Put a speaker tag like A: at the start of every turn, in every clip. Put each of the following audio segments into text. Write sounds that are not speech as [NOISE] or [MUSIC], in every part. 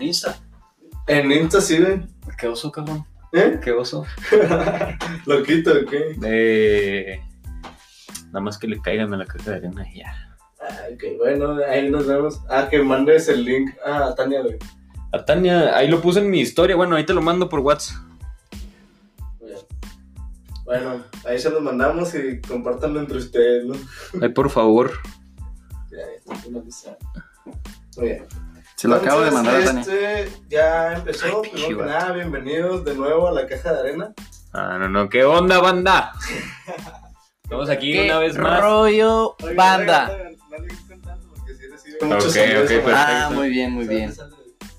A: Insta.
B: En Insta sí, güey.
A: Qué oso, cabrón.
B: ¿Eh?
A: Qué oso.
B: Loquito, ok.
A: Eh, nada más que le caigan a la caja de arena y ya.
B: Ah, ok, bueno, ahí nos vemos. Ah, que mandes el link ah, a Tania, güey.
A: A Tania, ahí lo puse en mi historia. Bueno, ahí te lo mando por WhatsApp.
B: Muy bien. Bueno, ahí se los mandamos y compártanlo entre ustedes, ¿no?
A: Ahí, por favor.
B: Ya, ya está, ya lo hice. Muy bien.
C: Se lo acabo de
B: Entonces,
C: mandar a Tania.
B: Este ya empezó,
A: Ay,
B: primero que
A: chivato.
B: nada, bienvenidos de nuevo a la caja de arena.
A: Ah, no, no. ¿Qué onda, banda? Estamos aquí
C: ¿Qué
A: una vez más.
C: Rollo
B: Oye,
C: banda.
B: no le- no le quiten tanto porque sí recibe
A: Ok,
B: muchos saludos,
A: ok,
B: güey.
C: Ah,
A: perfecto.
C: muy bien, muy bien.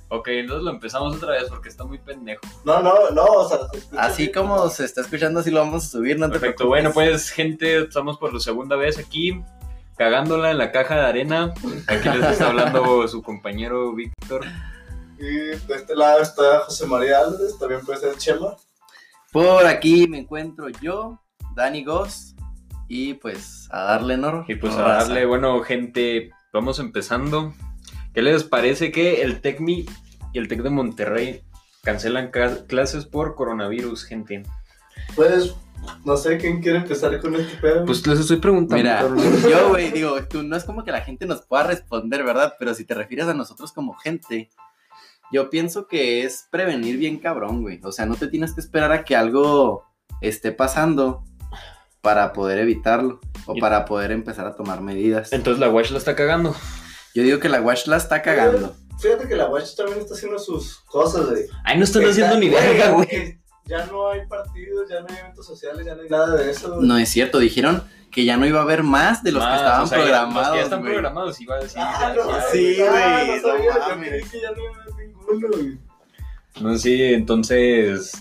A: Ok, entonces lo empezamos otra vez porque está muy pendejo.
B: No, no, no, o sea, se escucha
C: Así
B: bien.
C: como se está escuchando, así lo vamos a subir, no te
A: Perfecto,
C: preocupes.
A: bueno pues gente, estamos por la segunda vez aquí, cagándola en la caja de arena. Aquí les está hablando su compañero Víctor.
B: Y de este lado está José María Álvarez, también puede ser Chema.
C: Por aquí me encuentro yo, Dani Goss, y pues a darle, ¿no?
A: Y pues a
C: Raza.
A: darle, bueno gente, vamos empezando. ¿Qué les parece que el TECMI y el TEC de Monterrey cancelan ca- clases por coronavirus, gente?
B: Pues, no sé quién quiere empezar con este pedo.
A: Pues les estoy preguntando.
C: Mira, yo, güey, digo, tú no es como que la gente nos pueda responder, ¿verdad? Pero si te refieres a nosotros como gente, yo pienso que es prevenir bien cabrón, güey. O sea, no te tienes que esperar a que algo esté pasando para poder evitarlo o
A: Y-
C: para poder empezar a tomar medidas.
A: Entonces la Wash la está cagando.
C: Yo digo que la Wash la está cagando.
B: Fíjate que la Watch también está haciendo sus cosas, güey.
A: Ay, no están haciendo ni
B: Está-
A: verga, güey.
B: Ya no hay partidos, ya no hay eventos sociales, ya no hay nada de eso. güey.
C: No es cierto, dijeron que ya no iba a haber más de los
A: Más,
C: que estaban
A: o sea, ya- los que ya
C: programados,
A: están
C: güey.
A: programados, iba a decir.
B: Ah, no,
A: ya-
C: Sí,
B: ah,
C: güey,
B: No sabía,
C: no
B: yo
C: mames.
B: creí que ya no iba a haber ninguno, güey.
A: No, sí, entonces,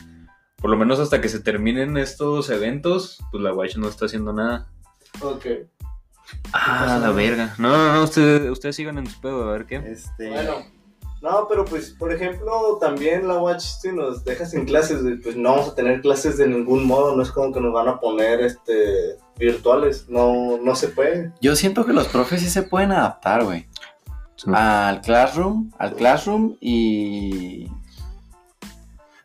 A: por lo menos hasta que se terminen estos eventos, pues la Watch no está haciendo nada.
B: Ok.
A: Ah, la verga. No, no, no, ustedes, ustedes sigan en su pedo, a ver qué.
C: Este,
B: Bueno, no, pero pues, por ejemplo, también la Watch si nos deja sin clases, güey, pues no vamos a tener clases de ningún modo, no es como que nos van a poner este virtuales, no, no se puede.
C: Yo siento que los profes sí se pueden adaptar, güey.
A: Sí.
C: Al classroom, al classroom y...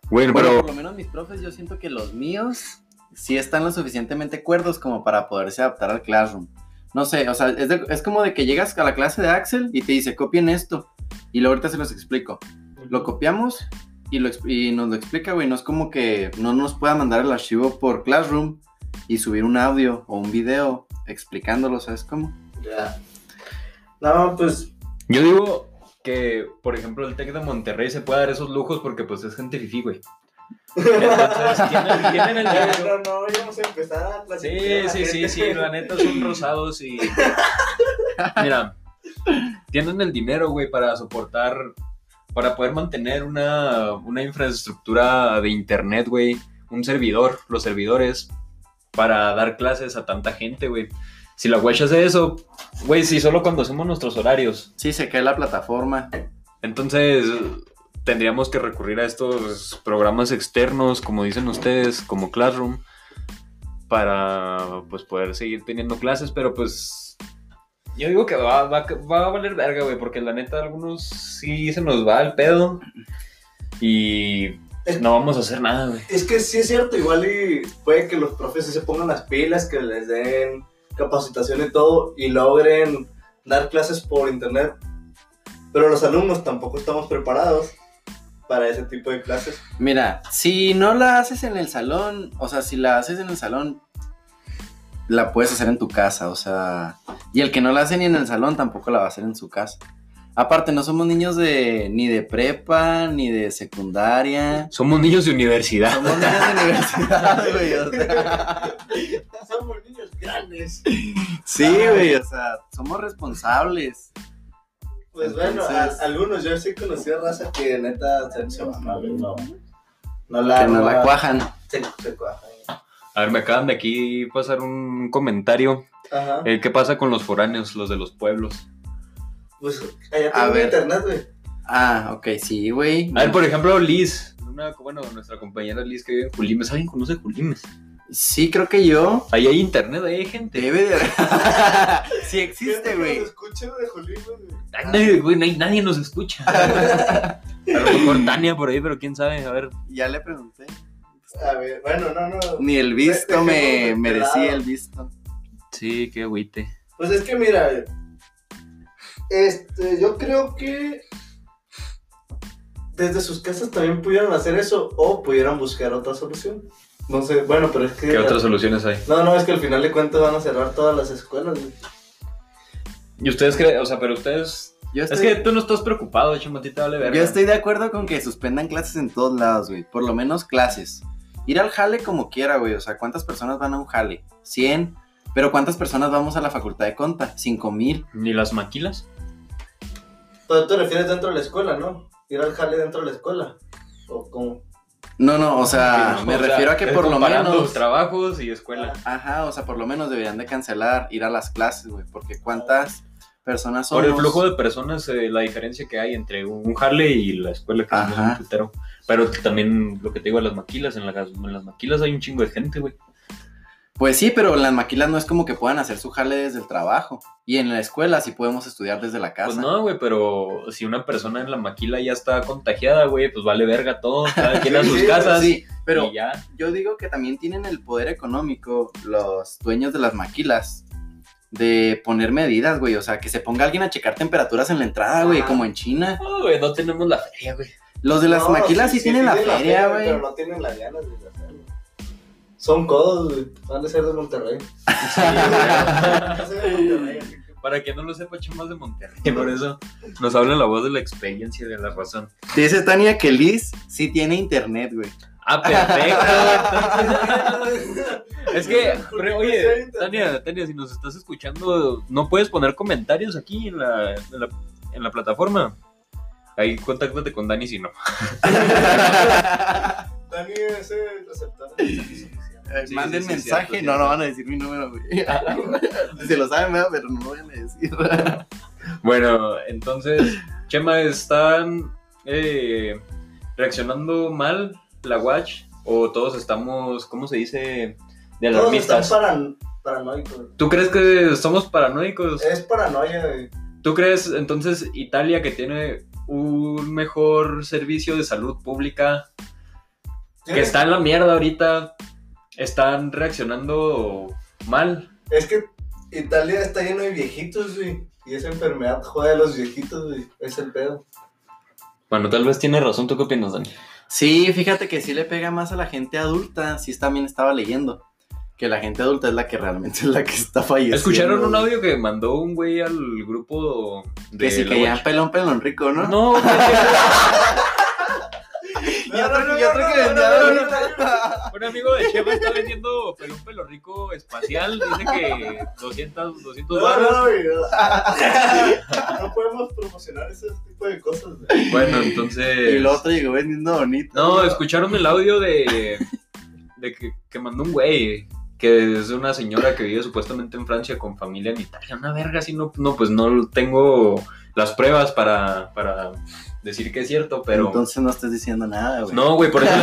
A: Bueno,
C: Bueno,
A: pero
C: por lo menos mis profes, yo siento que los míos sí están lo suficientemente cuerdos como para poderse adaptar al classroom. No sé, o sea, es, de- es como de que llegas a la clase de Axel y te dice, copien esto. Y luego ahorita se los explico. Lo copiamos y, lo, exp- y nos lo explica, güey. No es como que no nos pueda mandar el archivo por classroom y subir un audio o un video explicándolo, ¿sabes cómo?
B: Ya. No,
A: [LAUGHS]
B: pues,
A: yo digo que, por ejemplo, el Tec de Monterrey se puede dar esos lujos porque, pues, es gente fifí, güey. Entonces, tienen, tienen el dinero.
B: no, no, ya vamos a empezar a platicar.
A: Sí, sí, sí, sí,
B: [LAUGHS]
A: la neta son rosados y... Mira, tienen el dinero, güey, para soportar, para poder mantener una, una infraestructura de internet, güey, un servidor, los servidores, para dar clases a tanta gente, güey. Si la güey hace eso, güey, si solo cuando hacemos nuestros horarios,
C: Sí, se cae la plataforma.
A: entonces tendríamos que recurrir a estos programas externos, como dicen ustedes, como Classroom, para pues poder seguir teniendo clases, pero pues yo digo que va, va- va a valer verga, güey, porque la neta algunos sí se nos va el pedo y pues, no vamos a hacer nada, güey.
B: Es que sí es cierto, igual y puede que los profes sí se pongan las pilas, que les den capacitación y todo, y logren dar clases por internet. Pero los alumnos tampoco estamos preparados para ese tipo de
C: [LAUGHS]
B: clases.
C: Mira, si no la haces en el salón, o sea, si la haces en el salón, la puedes hacer en tu casa, o sea, y el que no la hace ni en el salón tampoco la va a hacer en su casa. Aparte, no somos niños de ni de prepa, ni de secundaria.
A: Somos niños de universidad.
C: Somos niños de universidad, [LAUGHS] güey. O sea,
B: [LAUGHS] Somos niños grandes.
C: sí, güey, o sea, somos responsables.
B: Pues bueno, a-
C: Entonces-
B: algunos yo sí conocí a raza que neta se, se van a ver, no. No la,
C: Que nos la cuajan.
B: Se, se cuajan.
A: A ver, me acaban de aquí pasar un comentario.
B: Ajá.
A: Eh, ¿Qué pasa con los foráneos, los de los pueblos?
B: Pues allá
C: A
B: tengo
C: ver.
B: internet, güey.
C: Ah, ok, sí, güey.
A: A ver, por ejemplo, Liz. Una, bueno, nuestra compañera Liz que vive en Julimes. ¿Alguien conoce Julimes?
C: Sí, creo que yo.
A: Ahí hay internet, ahí hay gente.
C: Debe de [LAUGHS] sí existe, güey.
B: Escucha de Jolín, güey.
A: Nadie, güey, no hay- nadie nos
C: [LAUGHS]
A: escucha. A lo mejor Tania por ahí, pero quién sabe. A ver,
C: Ya le pregunté.
B: A ver, bueno, no, no.
C: Ni el visto me
B: Dejémoslo de
C: merecía
B: lado.
C: el visto.
A: sí, qué agüite.
B: Pues es que mira, este, yo creo que desde sus casas también pudieron hacer eso o pudieran buscar otra solución. No sé, bueno, pero es que...
A: ¿Qué otras soluciones hay?
B: No, no, es que al final de cuentas van a cerrar todas las escuelas. güey.
A: Y ustedes creen, o sea, pero ustedes.
C: Yo
A: Es
C: estoy,
A: que tú no estás preocupado, chamo, a ti te vale verga.
C: yo estoy de acuerdo con que suspendan clases en todos lados, güey. Por lo menos clases. Ir al jale como quiera, güey. O sea, ¿cuántas personas van a un jale? 100. Pero ¿cuántas personas vamos a la facultad de conta? 5000.
A: Ni las maquilas.
B: Pero tú te refieres dentro de la escuela, ¿no? Ir al jale dentro de la escuela. ¿O cómo?
C: No, no, o sea,
A: Sí, no,
C: Ah, me
A: o sea,
C: refiero a que
A: es
C: por lo
A: comparando
C: menos.
A: trabajos y escuela.
C: Ajá, o sea, por lo menos deberían de cancelar ir a las clases, güey. Porque ¿cuántas personas son?
A: Por el flujo de personas, eh, la diferencia que hay entre un Harley y la escuela que es un
C: Ajá.
A: putero. Pero también lo que te digo, las maquilas, en, la- en las maquilas hay un chingo de gente, güey.
C: Pues sí, pero las maquilas no es como que puedan hacer su jale desde el trabajo. Y en la escuela sí podemos estudiar desde la casa.
A: Pues no, güey, pero si una persona en la maquila ya está contagiada, güey, pues vale verga todo, cada quien a sus
B: Sí,
A: casas.
C: Sí, pero
A: y ya.
C: yo digo que también tienen el poder económico los dueños de las maquilas de poner medidas, güey. O sea, que se ponga alguien a checar temperaturas en la entrada, güey,
B: Ah.
C: como en China.
A: No, güey, no tenemos la feria, güey.
C: Los de Pues las
B: No,
C: maquilas sí, tienen la feria,
B: Pero
C: güey.
B: no tienen las ganas de hacerlo. Son codos, güey. Van de ser de Monterrey.
A: Sí, güey.
B: Van a ser de Monterrey, así que-
A: Para que no lo sepa, chamas de Monterrey. Por eso nos habla la voz de la experiencia y de la razón.
C: Dice Tania que Liz sí tiene internet, güey. [LAUGHS]
A: Ah, perfecto. es
B: [LAUGHS]
A: que, pero, oye, Tania, Tania, si nos estás escuchando, ¿no puedes poner comentarios aquí en la, en la, en la plataforma? Ahí contáctate con Dani si no.
B: Dani es el receptor. de servicio social.
C: Eh,
A: Sí,
C: manden
A: sí, sí,
C: mensaje,
A: cierto,
C: no,
A: cierto.
C: no van a decir mi número, [LAUGHS] güey. [LAUGHS] Se lo saben, ¿verdad? pero no lo van a decir.
A: Bueno, entonces, Chema, ¿están eh, reaccionando mal la Watch? ¿O todos estamos, cómo se dice, de
B: Todos están
A: alarmistas?
B: paran- paranoicos.
A: ¿Tú crees que somos paranoicos?
B: Es paranoia, güey.
A: ¿Tú crees entonces Italia que tiene un mejor servicio de salud pública, que está en la mierda ahorita, están reaccionando mal?
B: Es que Italia está lleno de viejitos, güey. Y esa enfermedad jode a los viejitos, güey. Es el pedo.
A: Bueno, tal vez tiene razón, ¿tú qué opinas, Dani?
C: Sí, fíjate que sí le pega más a la gente adulta, sí también estaba leyendo, que la gente adulta es la que realmente es la que está falleciendo.
A: ¿Escucharon un
C: güey.
A: audio que mandó un güey al grupo de...
C: Que sí,
A: la
C: que ya
A: Watch?
C: pelón, pelón rico, ¿no?
A: No, [LAUGHS] güey,
C: Y otro- y otro que
A: no,
C: vendía
A: no,
C: donuts.
A: [LAUGHS] un amigo de Chema está vendiendo pelón pelo rico espacial, dice que 200, 200
B: No,
A: barras.
B: no, güey. [LAUGHS] No podemos promocionar ese tipo de cosas, güey.
A: Bueno, entonces...
C: Y el otro llegó vendiendo bonito.
A: No, escucharon el audio de, de que, que mandó un güey, que es una señora que vive supuestamente en Francia con familia en Italia. Una verga, si no, no, pues no tengo las pruebas para, para decir que es cierto, pero...
C: Entonces no estás diciendo nada, güey.
A: no, güey, por eso...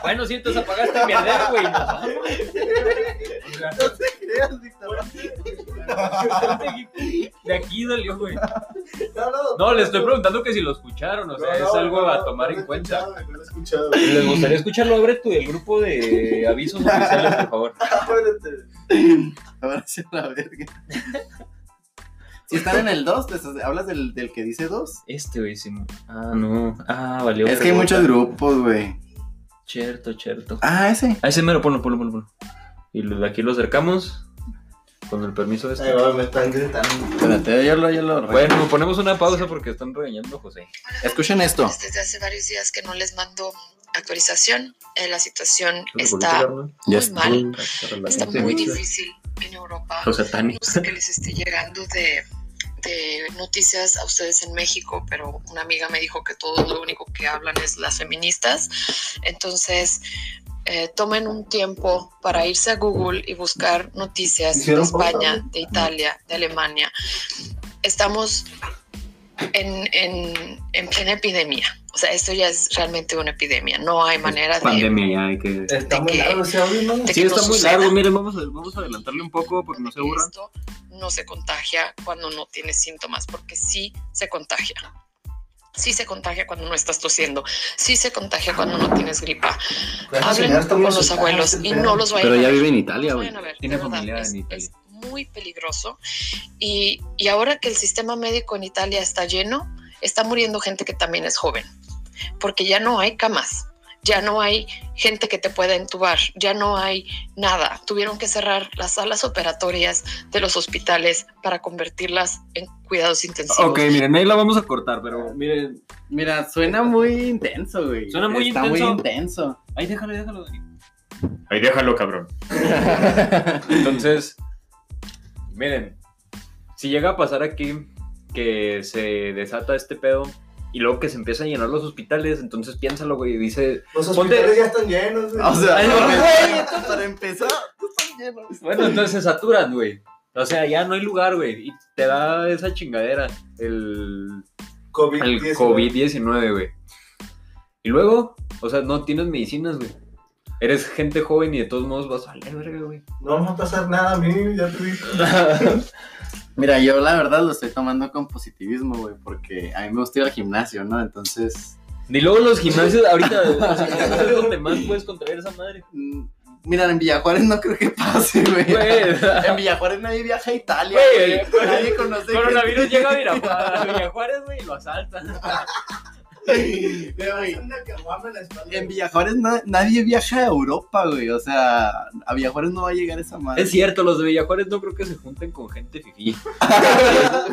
A: [LAUGHS] bueno, si entonces apagaste a perder, güey. nos vamos. O sea,
C: No te creas, Víctor.
A: De aquí salió, güey.
B: No, no.
A: No, le estoy preguntando que si lo escucharon, o sea,
B: No,
A: es
B: no,
A: algo
B: no,
A: a
B: no,
A: tomar
B: no lo
A: en
B: he
A: cuenta.
B: escuchado, güey, [LAUGHS] No lo he escuchado.
A: ¿Les gustaría escucharlo? Abre tú el grupo de avisos oficiales, por favor.
B: Acuérdate.
C: Ahora sí a la verga. Si están en el 2, ¿hablas del, del que dice 2?
A: Este, güey, sí. Ah, no. Ah, valió.
C: Es que hay
A: vergüenza.
C: muchos grupos, güey.
A: Cierto, cierto.
C: Ah, ese.
A: Ah, ese mero, ponlo, ponlo, ponlo. ponlo. Y lo- aquí lo acercamos. Con el permiso de
B: Ay,
A: este.
B: güey, me están gritando.
C: Espérate, yo lo, yo lo.
A: Bueno, ponemos una pausa porque están regañando a José.
C: Escuchen esto.
D: Desde hace varios días que no les mando actualización. Eh, la situación
A: ¿Estás de
D: está
A: acuerdo, Carla?
C: Ya
D: muy
C: está.
D: mal,
A: Está
D: está
A: relajado.
D: muy difícil en Europa.
A: O sea, Tani.
D: No sé qué les esté llegando de, de noticias a ustedes en México, pero una amiga me dijo que todo lo único que hablan es las feministas. Entonces, eh, tomen un tiempo para irse a Google y buscar noticias de
B: Hicieron pausa,
D: España, de Italia, de Alemania. Estamos en, en, en plena epidemia. O sea, esto ya es realmente una epidemia. No hay manera de...
A: Pandemia ya hay que...
B: Está
D: de
B: muy
D: que-
B: largo ese audio, ¿no?
D: de
A: Sí,
D: que
A: está
D: no
A: muy
D: suceda.
A: largo. Miren, vamos a, vamos a adelantarle un poco porque no se aburran.
D: Esto no se contagia cuando no tienes síntomas, porque sí se contagia. Sí se contagia cuando no estás tosiendo. Sí se contagia cuando no tienes gripa.
B: Esa
D: Hablen
B: señora está
D: con
B: muy
D: los
B: asustada,
D: abuelos
B: ese
D: y
B: pedo.
D: no los vayan
C: Pero
D: a
C: ya
D: ver.
C: vive en
D: No los
C: Italia, güey.
D: vayan a ver,
A: Tiene
D: de verdad,
A: familia
D: es-
A: en Italia.
D: Es muy peligroso. Y, y ahora que el sistema médico en Italia está lleno, está muriendo gente que también es joven, porque ya no hay camas. Ya no hay gente que te pueda entubar, ya no hay nada. Tuvieron que cerrar las salas operatorias de los hospitales para convertirlas en cuidados intensivos.
A: Ok, miren, ahí la vamos a cortar, pero miren,
C: Mira, suena muy intenso, güey.
A: Suena muy
C: Está
A: intenso.
C: muy intenso.
A: ahí déjalo, ahí déjalo. Ahí déjalo, cabrón. Entonces, miren, si llega a pasar aquí que se desata este pedo y luego que se empiezan a llenar los hospitales, entonces piénsalo, güey, dice...
B: Los
A: Ponte-
B: hospitales ya están llenos, güey.
C: O sea,
A: Ay,
C: para, empezar,
A: Bueno, entonces se saturan, güey. O sea, ya no hay lugar, güey. Y te da esa chingadera, el
B: COVID
A: el COVID-19, güey. Y luego, o sea, no tienes medicinas, güey. Eres gente joven y de todos modos vas a la verga, güey.
B: No me va a pasar nada a mí, ya te [LAUGHS] dije.
C: Mira, yo la verdad lo estoy tomando con positivismo, güey, porque a mí me gusta ir al gimnasio, ¿no? Entonces,
A: y luego los gimnasios, ahorita, los [LAUGHS] gimnasios es donde más puedes contraer esa madre.
C: mm, mira, en Villajuárez no creo que pase, güey.
A: Güey, [LAUGHS]
C: En Villajuárez nadie viaja a Italia,
A: Güey,
C: güey. Nadie conoce.
A: coronavirus llega a Virapa- a Villajuárez, güey, y lo asaltan.
C: gente. Güey,
B: [LAUGHS]
C: En Villajuárez na- nadie viaja a Europa, güey. O sea, a Villajuárez no va a llegar esa madre.
A: Es cierto, los de Villajuárez no creo que se junten con gente fifí.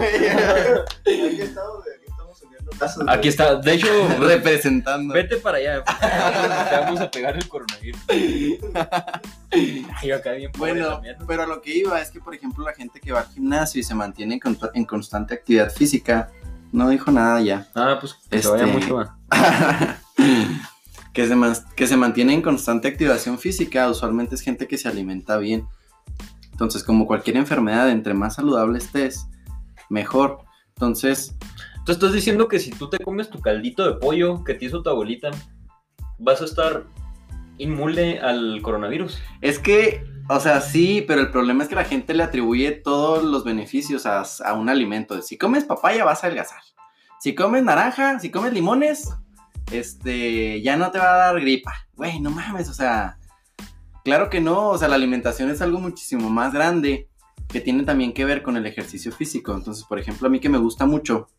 B: Aquí estamos, güey, aquí estamos subiendo casos, güey.
A: Aquí está, de hecho, re-
C: Representando.
A: vete para allá. Te vamos a pegar el coronavirus. Ay, acá bien pobre
C: Bueno,
A: también.
C: pero a lo que iba es que, por ejemplo, la gente que va al gimnasio y se mantiene en, contra- en constante actividad física, no dijo nada ya.
A: Ah, pues que se
C: Este-
A: vaya mucho, va.
C: [LAUGHS] que, se man- que se mantiene en constante activación física, usualmente es gente que se alimenta bien. Entonces, como cualquier enfermedad, entre más saludable estés, mejor. Entonces,
A: Tú estás diciendo que si tú te comes tu caldito de pollo que te hizo tu abuelita, vas a estar inmune al coronavirus.
C: es que, o sea, sí, pero el problema es que la gente le atribuye todos los beneficios a, a un alimento. Si comes papaya, vas a adelgazar. Si comes naranja, si comes limones, este, ya no te va a dar gripa. Güey, no mames, o sea, claro que no, o sea, la alimentación es algo muchísimo más grande que tiene también que ver con el ejercicio físico. Entonces, por ejemplo, a mí que me gusta mucho,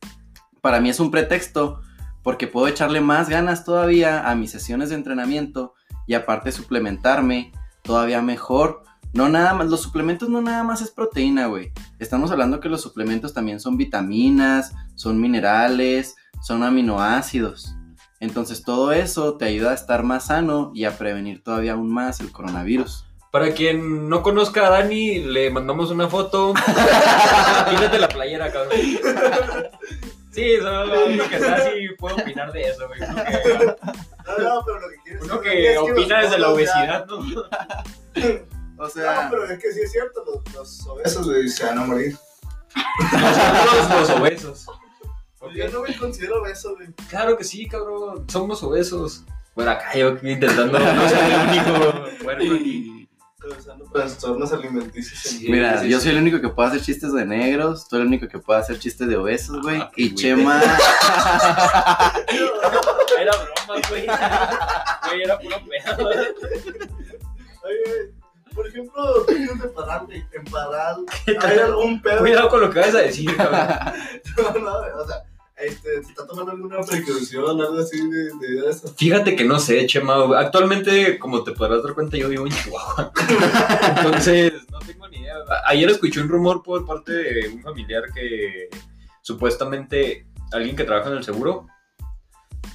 C: para mí es un pretexto porque puedo echarle más ganas todavía a mis sesiones de entrenamiento y aparte suplementarme todavía mejor. No nada más, los suplementos no nada más es proteína, güey. Estamos hablando que los suplementos también son vitaminas, son minerales, son aminoácidos. Entonces todo eso te ayuda a estar más sano y a prevenir todavía aún más el coronavirus.
A: Para quien no conozca a Dani, le mandamos una
C: [LAUGHS]
A: foto. Quítate la playera, cabrón. Sí, eso lo que está así puedo opinar de eso, güey. Uno que-
B: No, no, pero lo que quiero
A: Uno
B: decir es
A: que opina desde la
B: los-
A: obesidad, ¿no?
C: O
B: No, pero es que sí es cierto, los, los obesos güey, se van a morir.
A: Nosotros los obesos. ¿Ok?
B: Yo no me considero obeso, güey.
A: Claro que sí, cabrón. Somos obesos. Bueno, acá yo aquí intentando no ser el único cuerpo aquí.
B: Causando trastornos alimenticios. [LAUGHS]
A: Sí.
C: Mira,
A: sí,
C: yo
A: sí.
C: soy el único que puede hacer chistes de negros, tú eres el único que puede hacer chistes de obesos, güey.
A: Ah, qué
C: y
A: güey. [LAUGHS]
C: Chema,
A: Era broma, güey. Güey, era puro pedo.
B: Oye, güey, por ejemplo, tú quieres emparrar, güey. Emparrar. Hay algún pedo.
A: Cuidado con lo que vas a decir, cabrón.
B: [LAUGHS] No, no, güey, o sea, este, ¿te está tomando alguna precaución, algo así de, de eso?
A: Fíjate que no sé, Chema. güey. Actualmente, como te podrás dar cuenta, yo vivo en Chihuahua. [LAUGHS] Entonces, no tengo ni idea. Ayer escuché un rumor por parte de un familiar que supuestamente alguien que trabaja en el seguro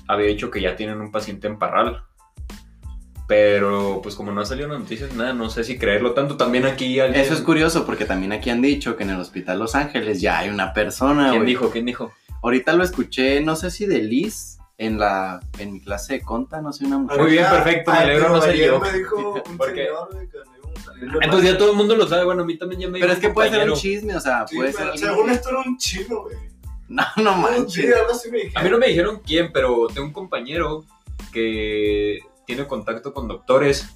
A: había dicho que ya tienen un paciente en Parral. Pero, pues, como no ha salido noticias, nada, no sé si creerlo tanto. También aquí alguien.
C: eso es curioso porque también aquí han dicho que en el hospital Los Ángeles ya hay una persona,
A: ¿Quién
C: güey.
A: dijo? ¿Quién dijo?
C: Ahorita lo escuché, no sé si de Liz, en la, en mi clase de conta, no sé, una mujer.
A: Ah, Muy bien, perfecto, me
B: Ah,
A: alegro,
B: pero
A: no soy
B: ayer
A: yo.
B: me dijo un
A: ¿Por qué?
B: señor güey, que no íbamos saliendo.
A: Entonces ya todo el mundo lo sabe, bueno, a mí también ya me
C: Pero
A: dijo
C: es que
A: un
C: puede ser un
A: compañero.
C: chisme, [LAUGHS] o sea,
B: Sí,
C: puede
B: pero
C: ser.
B: Según esto era un chino, güey.
C: No, no
B: Sí,
C: manches.
B: algo así me
A: A
B: dijeron.
A: mí no me dijeron quién, pero tengo un compañero que tiene contacto con doctores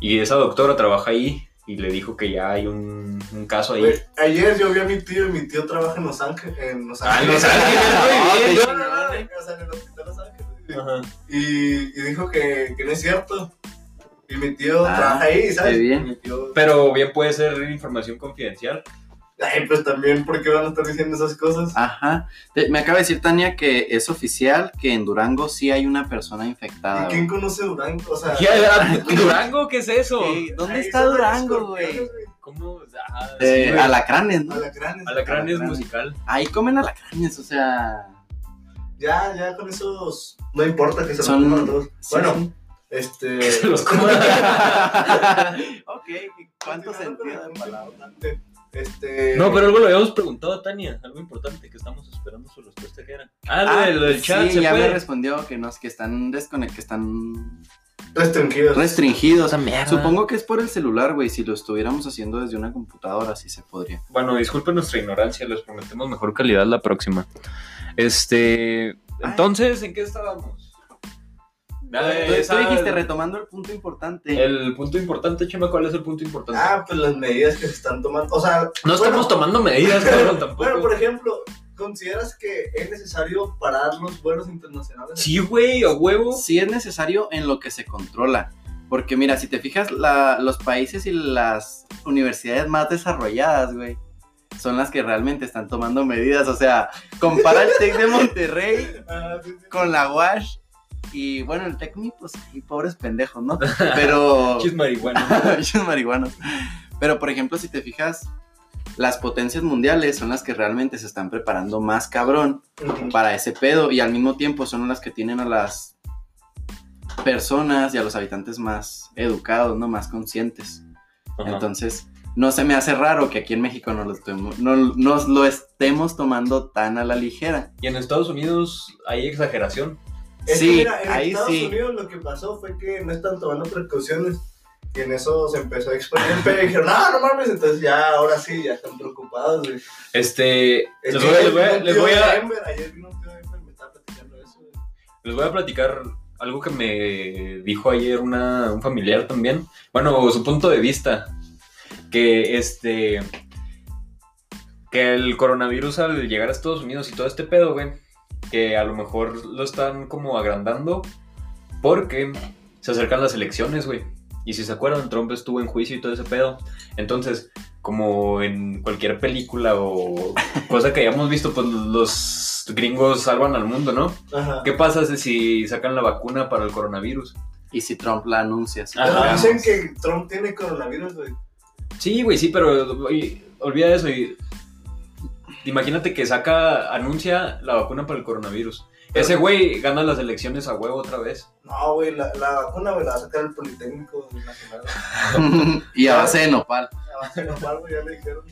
A: y esa doctora trabaja ahí y le dijo que ya hay un, un caso ahí.
B: Güey, Ayer yo vi a mi tío y mi tío trabaja en Los Ángeles. En Los
A: Ah, en
B: Ángeles.
A: Los
B: [LAUGHS]
A: Ángeles,
B: No,
C: muy bien.
B: no, no, no, o sea, en el hospital Los Ángeles.
A: Ajá.
B: Y, y dijo que, que no es cierto. Y mi tío
C: Ah,
B: trabaja ahí, ¿sabes?
C: qué bien.
B: Mi tío-
A: Pero bien puede ser información confidencial.
B: Ay, pues también, ¿por qué van a estar diciendo esas cosas?
C: Ajá. Te- me acaba de decir Tania que es oficial que en Durango sí hay una persona infectada.
B: ¿Y
C: güey.
B: quién conoce Durango? O sea,
A: ¿Durango? ¿Qué es eso?
C: ¿Qué? ¿Dónde
B: ahí
C: está
B: son los
C: Durango, güey?
B: escorpiones,
A: ¿Cómo? Ah, sí,
C: Eh,
A: güey.
C: alacranes, ¿no?
B: Alacranes.
A: Alacrán es
C: Alacrán.
A: musical.
C: Ahí comen alacranes, o sea.
B: Ya, ya con esos. No importa que se
C: Son-
B: los coman todos.
C: sí,
B: Bueno, [LAUGHS]
C: sí.
B: este.
A: [LAUGHS] Se los como.
C: ok, ¿cuánto sentido de palabra?
B: Este.
A: No, pero algo lo habíamos preguntado a Tania, algo importante que estamos esperando su respuesta que era. Ah, lo
C: Ah,
A: del- lo del chat
C: sí,
A: se
C: ya
A: fue.
C: me respondió que no, es que están desconect, que están
B: Restringidos.
C: Pues, restringidos.
A: mierda.
C: Supongo que es por el celular, güey. Si lo estuviéramos haciendo desde una computadora, sí se podría.
A: Bueno, disculpen nuestra ignorancia, les prometemos mejor calidad la próxima. Este, entonces, ¿en qué estábamos? Nada,
C: Tú-
A: esa-
C: tú dijiste, retomando el punto importante.
A: el punto importante, Chema, ¿cuál es el punto importante?
B: Ah, pues las medidas que se están tomando. O sea,
A: no estamos
B: bueno.
A: tomando medidas, cabrón, tampoco.
B: bueno, por ejemplo, ¿consideras que es necesario parar los vuelos internacionales?
A: sí, güey, a huevo.
C: sí es necesario en lo que se controla. Porque mira, si te fijas, la- los países y las universidades más desarrolladas, güey, son las que realmente están tomando medidas. O sea, compara el TEC de Monterrey
B: Ah, sí, sí.
C: con la UASH. Y bueno, el TEC, ni, pues, y pobres pendejos,
A: [LAUGHS]
C: ¿no? Pero...
A: Chis
C: [LAUGHS]
A: marihuana.
C: Pinches marihuanos. Pero por ejemplo, si te fijas, las potencias mundiales son las que realmente se están preparando más cabrón
B: Ujú.
C: para ese pedo y al mismo tiempo son las que tienen a las personas y a los habitantes más educados, ¿no? Más conscientes.
A: Ajá.
C: Entonces, no se me hace raro que aquí en México no lo estemo- no- nos lo estemos tomando tan a la ligera.
A: Y en Estados Unidos hay exageración.
B: Es que
C: sí,
B: mira, en
C: ahí
B: Estados
C: sí.
B: Unidos lo que pasó fue que no están tomando precauciones. Y en eso se empezó a expandir el pedo y dijeron, "Ah, no, no mames, entonces ya, ahora sí, ya están preocupados, güey.
A: Este,
B: Es
A: les
B: que
A: voy, a-
B: ayer
A: les voy a-
B: vino un
A: les
B: tío
A: voy
B: de
A: a,
B: Denver, Ayer vino un tío de Denver y me estaba platicando eso, güey.
A: Les voy a platicar algo que me dijo ayer una, un familiar también. Bueno, su punto de vista. Que este. Que el coronavirus al llegar a Estados Unidos y todo este pedo, güey. Que a lo mejor lo están como agrandando. Porque se acercan las elecciones, güey. Y si se acuerdan, Trump estuvo en juicio y todo ese pedo. Entonces, como en cualquier película o cosa que hayamos visto, pues los gringos salvan al mundo, ¿no?
B: Ajá.
A: ¿Qué pasa si- si sacan la vacuna para el coronavirus?
C: Y si Trump la anuncia, si
B: Pero
A: Ajá.
B: dicen que Trump tiene coronavirus, güey.
A: Sí, güey, sí, pero oye, olvida eso. y- imagínate que saca, anuncia la vacuna para el coronavirus. Ese güey gana las elecciones a huevo otra vez.
B: No, güey, la, la vacuna, güey, la va a sacar el Politécnico Nacional.
C: pegamos. [LAUGHS] y a base de nopal.
B: La va a [LAUGHS] sacar Omar, güey, ya le dijeron.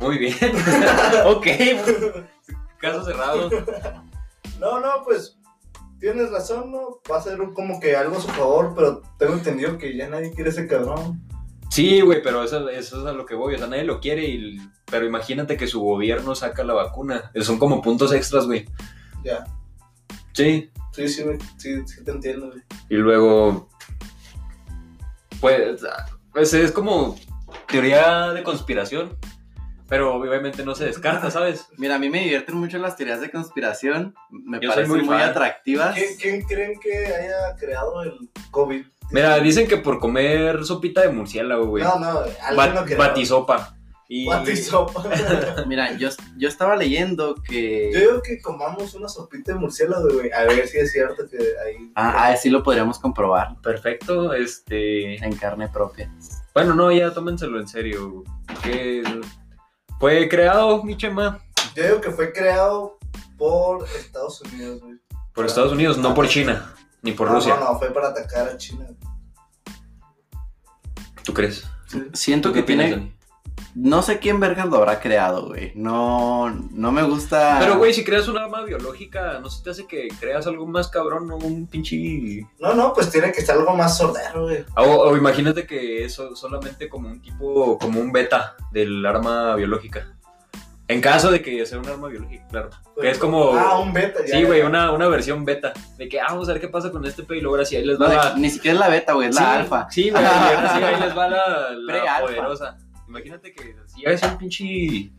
A: Muy bien. [LAUGHS] ok. Caso cerrado.
B: No, no, pues tienes razón, ¿no? Va a ser un- como que algo a su favor, pero tengo entendido que ya nadie quiere ese cabrón.
A: Sí, güey, pero eso, eso es a lo que voy. O sea, nadie lo quiere. y- pero imagínate que su gobierno saca la vacuna. Son como puntos extras, güey.
B: Ya.
A: Sí,
B: Sí, sí, güey, sí, sí te entiendo, güey.
A: Y luego, pues, pues, es como teoría de conspiración, pero obviamente no se descarta, ¿sabes?
C: Mira, a mí me divierten mucho las teorías de conspiración. Me
A: Yo soy
C: parecen
A: muy
C: muy,
A: fan. Ah.
C: atractivas.
B: ¿Quién, quién creen que haya creado el COVID?
A: Mira, dicen que por comer sopita de murciélago, güey.
B: No, no, güey, alguien
A: bat-
B: lo creó.
A: batisopa. Y, [LAUGHS]
B: Batisopa.
C: Mira, yo, yo estaba leyendo que...
B: Yo digo que comamos una sopita de murciélago, güey. A ver si es cierto que ahí.
C: Ah, ah, sí lo podríamos comprobar
A: Perfecto, este...
C: en carne propia.
A: Bueno, no, ya tómenselo en serio. Que fue creado, mi chema,
B: Yo digo que fue creado por Estados Unidos, güey.
A: por Estados Unidos, no por China, ni por
B: Ah. No,
A: Rusia.
B: No, no, fue para atacar a China.
A: ¿Tú crees?
C: Siento
A: ¿Tú qué
C: que
A: opinas,
C: tiene...
A: Dani?
C: No sé quién vergas lo habrá creado, güey. No, no me gusta...
A: Pero, güey, si creas un arma biológica, ¿no se te hace que creas algo más cabrón, no un pinche
B: No, no, pues tiene que ser algo más sordero, güey.
A: O, o imagínate que es so- solamente como un tipo, como un beta del arma biológica. En caso de que sea un arma biológica, claro. Que es como.
B: Ah, un beta. ya,
A: Sí,
B: ya,
A: güey,
B: ya.
A: una, una versión beta. De que ah, vamos a ver qué pasa con este pedo y luego ahora sí ahí les
C: No,
A: va
C: de-
A: la.
C: ni siquiera es la beta, güey, es la
A: Sí,
C: alfa.
A: Sí, güey, y ahora sí
C: [LAUGHS]
A: ahí les va la, la
C: Pre-alfa.
A: poderosa. Imagínate que si es un pinche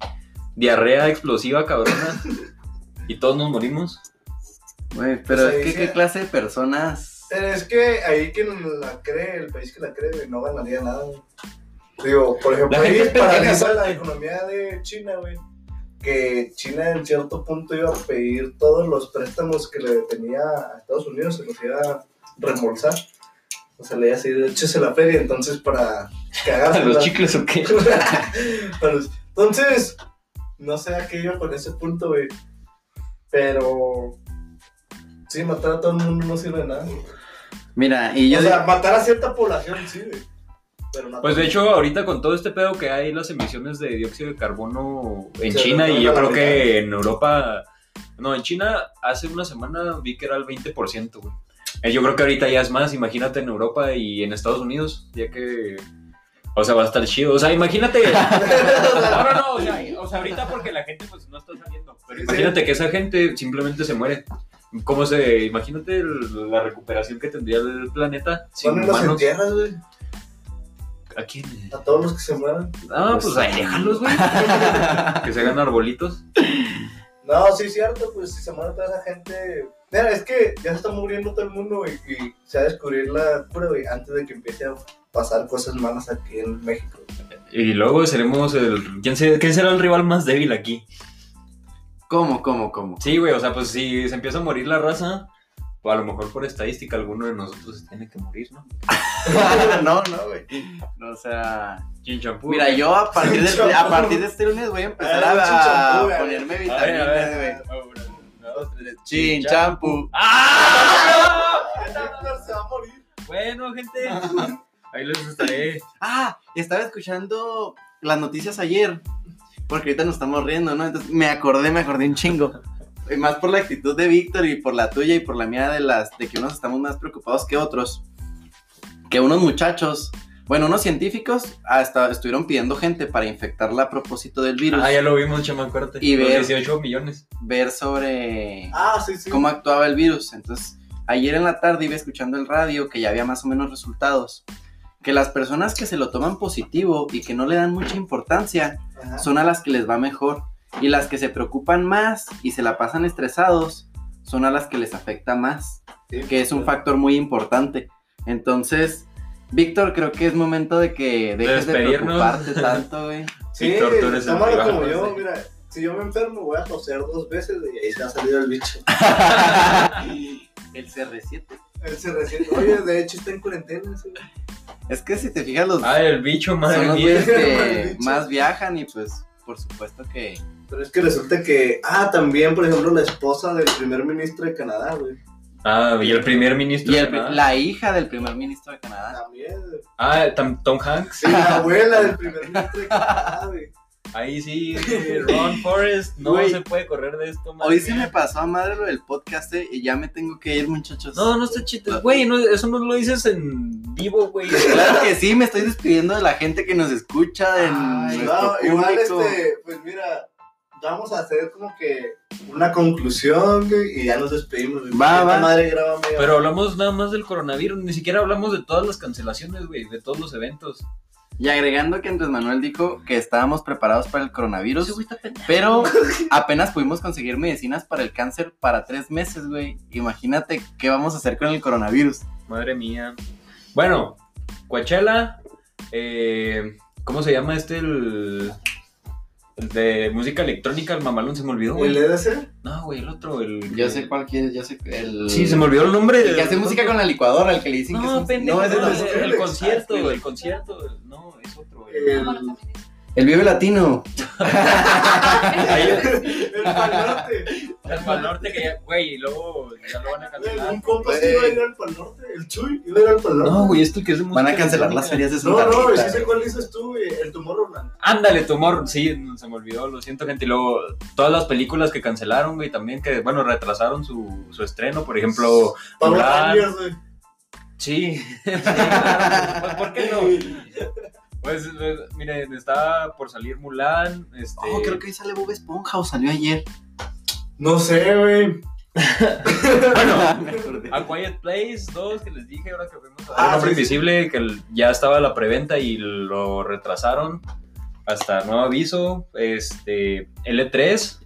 A: diarrea explosiva cabrona y todos nos morimos.
C: Güey, pero
B: O sea,
C: es que,
B: dice-
C: ¿qué clase de personas?
B: Pero Es que ahí quien la cree, el país que la cree, güey, no ganaría nada. güey. Digo, por ejemplo,
A: La gente
B: ahí
A: pendeja,
B: paraliza la economía de China, güey. Que China en cierto punto iba a pedir todos los préstamos que le tenía a Estados Unidos, se los iba a reembolsar. O sea, le iba a decir, échese la feria, entonces para
A: [LAUGHS]
B: cagarse.
A: ¿Los chicles o qué?
B: [LAUGHS] Para los- Entonces, no sé a qué iba con ese punto, güey. Pero. Sí, matar a todo el mundo no sirve de nada.
C: Mira, y yo
B: o
C: digo,
B: sea, matar a cierta población, sí, güey. Pero no.
A: Pues de hecho, ahorita con todo este pedo que hay, las emisiones de dióxido de carbono en
B: Se
A: China y
B: redujeron
A: yo
B: a la
A: creo que en Europa. No, en China hace una semana vi que era el 20%, güey. Eh, Yo creo que ahorita ya es más, imagínate en Europa y en Estados Unidos, ya que. O sea, va a estar chido. O sea, [LAUGHS] imagínate. No, no, no, o sea, o sea, ahorita porque la gente pues no está saliendo. Pero
B: Sí.
A: imagínate que esa gente simplemente se muere. ¿Cómo se.? Imagínate el- la recuperación que tendría el planeta sin
B: Pónganlos en
A: humanos.
B: tierras, güey.
A: ¿A quién?
B: A todos los que se mueran.
A: Ah,
C: Pues,
A: pues ahí déjalos, güey. [LAUGHS] que se hagan arbolitos.
B: No, sí, es cierto, pues si se muere toda esa gente. Mira, es que ya se está muriendo todo el mundo, güey. Y se va a descubrir la cura, güey, antes de que empiece a pasar cosas malas aquí en México.
A: Y luego seremos el. ¿Quién, se- quién será el rival más débil aquí?
C: ¿cómo,
B: [LAUGHS]
C: cómo, cómo?
A: Sí, güey, o sea, pues si se empieza a morir la raza, o a lo mejor por estadística alguno de nosotros se tiene que morir, ¿no?
C: [LAUGHS] [LAUGHS] no, no, güey. No, o sea,
A: Chin champú.
C: mira, yo a partir, de, a partir de este lunes voy a empezar
B: Ah,
C: a,
B: chinchampú, güey.
C: ponerme
A: A ver, a
C: vitaminas,
A: ver,
C: güey.
A: a ver.
C: Chin, champú.
A: ¡Ah!
B: se va a morir.
A: Bueno, gente. Ahí les estaré.
C: Ah, estaba escuchando las noticias ayer, porque ahorita nos estamos riendo, ¿no? Entonces me acordé, me acordé un chingo. Y más por la actitud de Víctor y por la tuya y por la mía de las de que unos estamos más preocupados que otros. Que unos muchachos, bueno, unos científicos hasta estuvieron pidiendo gente para infectarla a propósito del virus,
A: Ah, ya lo vimos, chama, acuérdate.
C: Y
A: Los
C: ver.
A: 18 millones.
C: ver sobre
B: Ah, sí, sí.
C: cómo actuaba el virus. Entonces, ayer en la tarde iba escuchando el radio que ya había más o menos resultados. Que las personas que se lo toman positivo y que no le dan mucha importancia
B: Ajá.
C: son a las que les va mejor. Y las que se preocupan más y se la pasan estresados son a las que les afecta más,
B: Sí.
C: que es un factor muy importante. Entonces, Víctor, creo que es momento de que dejes de
A: Despedirnos.
C: preocuparte tanto, güey. [LAUGHS]
B: Sí,
A: Víctor, tú eres el
B: tómalo
A: rival,
B: como
A: no
B: yo,
A: sé.
B: mira. Si yo me enfermo, voy a toser dos veces güey, y ahí se ha salido el
C: [LAUGHS]
B: bicho.
C: el CR7.
B: Él se resiente. Oye, de hecho está en cuarentena. ese güey.
C: Es que si te fijas los...
A: Ah, el bicho,
C: son
A: madre
C: los
A: mía.
C: güeyes [LAUGHS]
B: Mal
C: que
B: dicho.
C: más viajan y pues por supuesto que
B: Pero es que resulta que. Ah, también, por ejemplo, la esposa del primer ministro de Canadá, güey.
A: Ah, y el primer ministro.
C: y el-
A: de Canadá.
C: la hija del primer ministro de Canadá
B: También. güey.
A: Ah, Tom Tom Hanks.
B: Sí,
C: [LAUGHS]
B: la abuela del primer ministro de Canadá, güey.
A: Ahí sí,
C: [LAUGHS]
A: Ron Forrest, no
C: Güey.
A: se puede correr de esto, madre
C: hoy se
A: mía.
C: me pasó a madre lo del podcast eh, y ya me tengo que ir muchachos
A: No, no está chido. Güey, no, eso no lo dices en vivo, güey.
C: [LAUGHS] claro que sí me estoy despidiendo de la gente que nos escucha en
B: Ay,
C: nuestro
B: no, igual
C: público.
B: este, pues mira, vamos a hacer como que una conclusión, güey, y ya nos despedimos. güey.
C: Va,
B: Esta
C: va.
B: madre graba media
A: Pero hablamos nada más del coronavirus, ni siquiera hablamos de todas las cancelaciones, güey, de todos los eventos.
C: y agregando que Andrés Manuel dijo que estábamos preparados para el
A: Ese
C: coronavirus
A: güey está pendejo.
C: pero apenas pudimos conseguir medicinas para el cáncer para tres meses güey imagínate qué vamos a hacer con el coronavirus
A: Madre mía. Bueno, Coachella, eh, ¿cómo se llama este el, el de música electrónica? El mamalón se me olvidó,
B: hora. ¿El E
A: güey.
B: EDC?
A: No, güey, el otro, el...
C: yo sé cuál quieres yo sé el
A: Sí, se me olvidó el nombre.
C: El que hace música con la licuadora, el que le dicen que es
A: No,
C: un-
A: pendejo,
C: no, ese
B: no,
C: no.
A: el,
B: es
A: el
B: el-
A: concierto,
B: ah,
A: el concierto. No, es otro. güey.
B: El, [LAUGHS]
C: El Vive Latino.
A: Ahí-
B: el palote.
A: El Pal Norte que ya, güey, y luego ya lo van a
B: Un
A: cancelar.
B: compa sí iba a ir al palote. El Chuy iba a ir al palote.
A: No, güey, esto que es de música
C: Van a cancelar las
A: electrónica.
C: ferias de Santa
B: No, no,
C: Rita.
B: sí sé cuál dices tú, güey. El Tomorrowland.
A: Ándale, tumor. Sí, se me olvidó, lo siento, gente. Y luego, todas las películas que cancelaron, güey, también que, bueno, retrasaron su, su estreno, por ejemplo.
B: Pablo
A: Mulan. [LAUGHS]
B: Rangers, güey.
A: Sí. Sí, claro, pues, ¿Por qué no? Pues, eh, miren, está por salir Mulan. Este,
C: Oh, creo que hoy sale Bob Esponja o salió [LAUGHS] ayer.
B: No sé, güey.
C: [LAUGHS]
A: Bueno,
C: Me acordé.
A: A Quiet Place 2, que les dije ahora que fuimos a
B: Ah,
A: El Hombre
B: sí, sí.
A: Invisible, que el- ya estaba la preventa y lo retrasaron hasta nuevo aviso. Este, L3,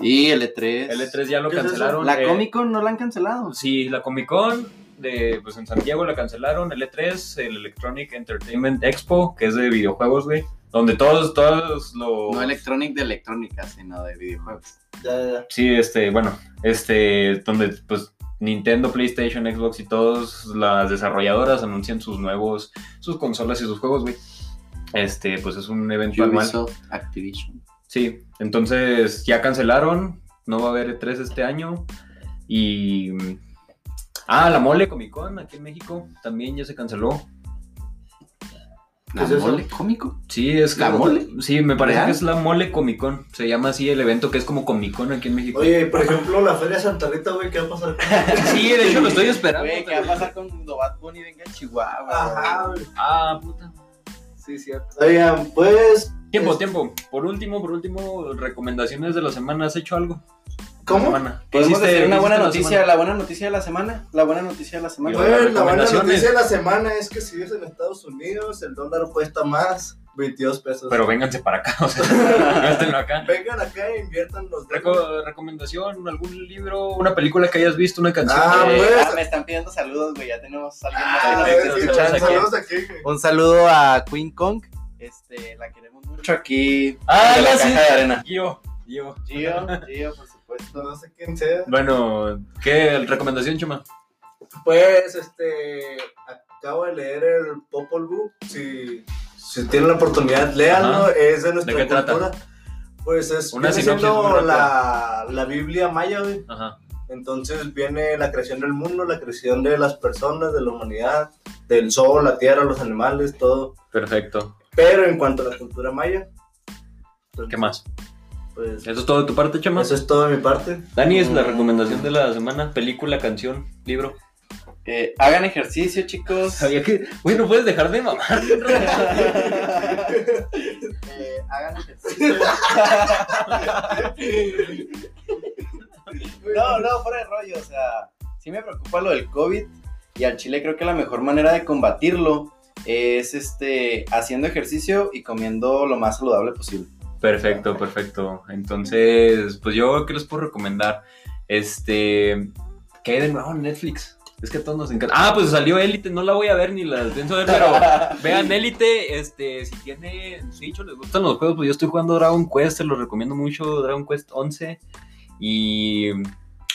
C: Y L3.
A: L3 ya lo
B: ¿Qué es eso?
A: cancelaron.
C: La
A: E eh,
C: Comic Con no la han cancelado.
A: Sí, la Comic Con de, pues en Santiago la cancelaron, el E3, el Electronic Entertainment Expo, que es de videojuegos, güey, donde todos, todos los...
C: No Electronic de electrónica, sino de videojuegos.
B: Ya, ya, ya.
A: sí, este, bueno, este, donde pues Nintendo, PlayStation, Xbox y todas las desarrolladoras anuncian sus nuevos, sus consolas y sus juegos, güey. Este, pues es un evento anual.
C: Ubisoft, Activision.
A: Sí, entonces ya cancelaron, no va a haber E3 este año y... Ah, la mole Comic Con aquí en México también ya se canceló.
C: ¿La
B: ¿Qué es eso?
C: mole? ¿Cómico?
A: Sí, es
C: ¿La
A: como-
C: mole?
A: Sí, me parece
C: ¿Real?
A: que es la mole Comic Con. Se llama así el evento que es como Comic Con aquí en México.
B: Oye, y por ejemplo, la Feria Santa Rita, güey, ¿qué va a pasar?
A: Sí, de hecho lo estoy esperando.
C: Güey, ¿qué va a pasar cuando Bad Bunny venga a Chihuahua?
B: Ajá, güey.
A: Ah, puta.
C: Sí, cierto.
B: Oigan, pues.
A: Tiempo,
B: es-
A: tiempo. Por último, por último, recomendaciones de la semana. ¿Has hecho algo?
B: ¿Cómo?
A: La semana. ¿Qué
C: Podemos
A: hiciste-
C: decir una
A: hiciste
C: buena
A: la
C: noticia,
A: semana?
C: la buena noticia de la semana. La buena noticia de la semana.
A: Bueno,
B: Bueno, la buena
A: recomendaciones.
B: noticia de la semana es que si vives en Estados Unidos, el dólar cuesta más 22 pesos.
A: Pero vénganse para acá, [LAUGHS] o sea, gástenlo acá.
B: Vengan acá e inviertan los
A: Reco- recomendación, algún libro, una película que hayas visto, una canción.
B: Ah,
A: que-
B: bueno.
C: Ah, me están pidiendo saludos, güey. Ya tenemos a alguien más que
B: Ah,
C: nos
A: Perfecto,
C: está
B: sí,
A: saludos
C: escuchando.
A: aquí.
B: saludos aquí. güey.
C: Un saludo a Queen Kong. Este, la queremos mucho aquí.
A: Ah,
C: de la
A: ya sé.
C: caja de arena.
A: Gio, Gio.
C: Gio, Gio, por supuesto.
B: No sé quién sea.
A: Bueno, ¿qué recomendación, Chuma?
B: Pues, este, acabo de leer el Popol Vuh. Si, si tienen la oportunidad, léanlo.
A: Ajá.
B: Es de nuestra
A: ¿De qué trata?
B: cultura. Pues es
A: Una
B: viene
A: sinopsis
B: siendo
A: muy rápida.
B: la, la Biblia maya, güey.
A: Ajá.
B: Entonces viene la creación del mundo, la creación de las personas, de la humanidad, del sol, la tierra, los animales, todo.
A: Perfecto.
B: Pero en cuanto a la cultura maya, pues,
A: ¿Qué más?
B: Pues,
A: ¿Eso es todo de tu parte, Chema?
B: eso es todo de mi parte.
A: Dani, es la recomendación de la semana, película, canción, libro.
C: Eh, hagan ejercicio, chicos.
A: Sabía que, güey, no puedes dejar de mamar.
C: Eh, hagan ejercicio. no, no, fuera de rollo. O sea, sí me preocupa lo del COVID. Y al chile creo que la mejor manera de combatirlo es este haciendo ejercicio y comiendo lo más saludable posible.
A: Perfecto, perfecto. Entonces, pues yo, ¿qué les puedo recomendar? Este, ¿qué hay de nuevo en Netflix? Es que a todos nos encanta. Ah, pues salió Élite, no la voy a ver ni la pienso ver,
B: [LAUGHS]
A: pero vean Élite, este, si tienen Switch o les gustan los juegos, pues yo estoy jugando Dragon Quest, se los recomiendo mucho, Dragon Quest 11. Y,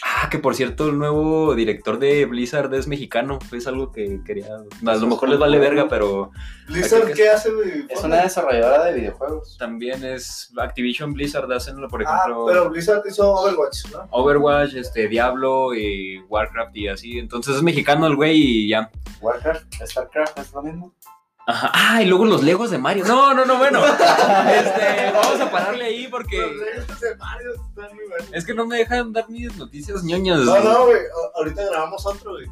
A: ah, que por cierto, el nuevo director de Blizzard es mexicano, es algo que quería, a lo mejor les vale verga, pero...
B: Blizzard,
A: que-
B: ¿qué hace, güey?
C: Es una desarrolladora de videojuegos.
A: También es Activision Blizzard, hacen, por
B: Ah,
A: ejemplo,
B: pero Blizzard hizo Overwatch, ¿no?
A: Overwatch, este, Diablo y Warcraft y así. Entonces es mexicano el güey y ya.
C: Warcraft, Starcraft, es lo mismo.
A: Ajá. Ah, y luego los Legos de Mario. No, no, no, [LAUGHS] bueno. este, vamos a pararle ahí
B: Los
A: porque
B: Legos de Mario están muy buenos.
A: es que no me dejan dar mis noticias ñoñas.
B: No, no, güey. a- Ahorita grabamos otro, güey.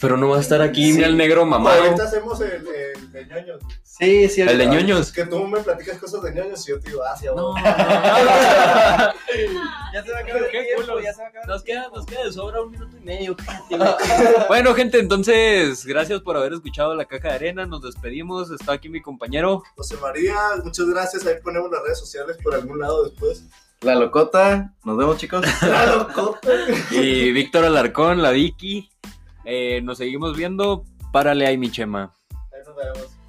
A: Pero no va a estar aquí, mira el negro mamado.
B: Ahorita hacemos el, el de ñoños. güey.
C: Sí, sí.
A: El de
B: Es
A: ñoños.
B: que tú me platicas cosas de ñoños y yo te digo, ah, sí,
A: No, [LAUGHS]
B: no.
C: Ya se va a
A: acabar el tiempo, ya
C: se va a acabar.
A: Nos queda, nos queda de sobra un minuto y medio. [LAUGHS] bueno, gente, entonces, gracias por haber escuchado La Caja de Arena. Nos despedimos. Está aquí mi compañero.
B: José María, muchas gracias. Ahí ponemos las redes sociales por algún lado después.
C: La locota. Nos vemos, chicos.
B: Claro, [LAUGHS] corte.
A: Y Víctor Alarcón, la Vicky. Eh, nos seguimos viendo. Párale ahí, mi chema.
B: Ahí nos vemos.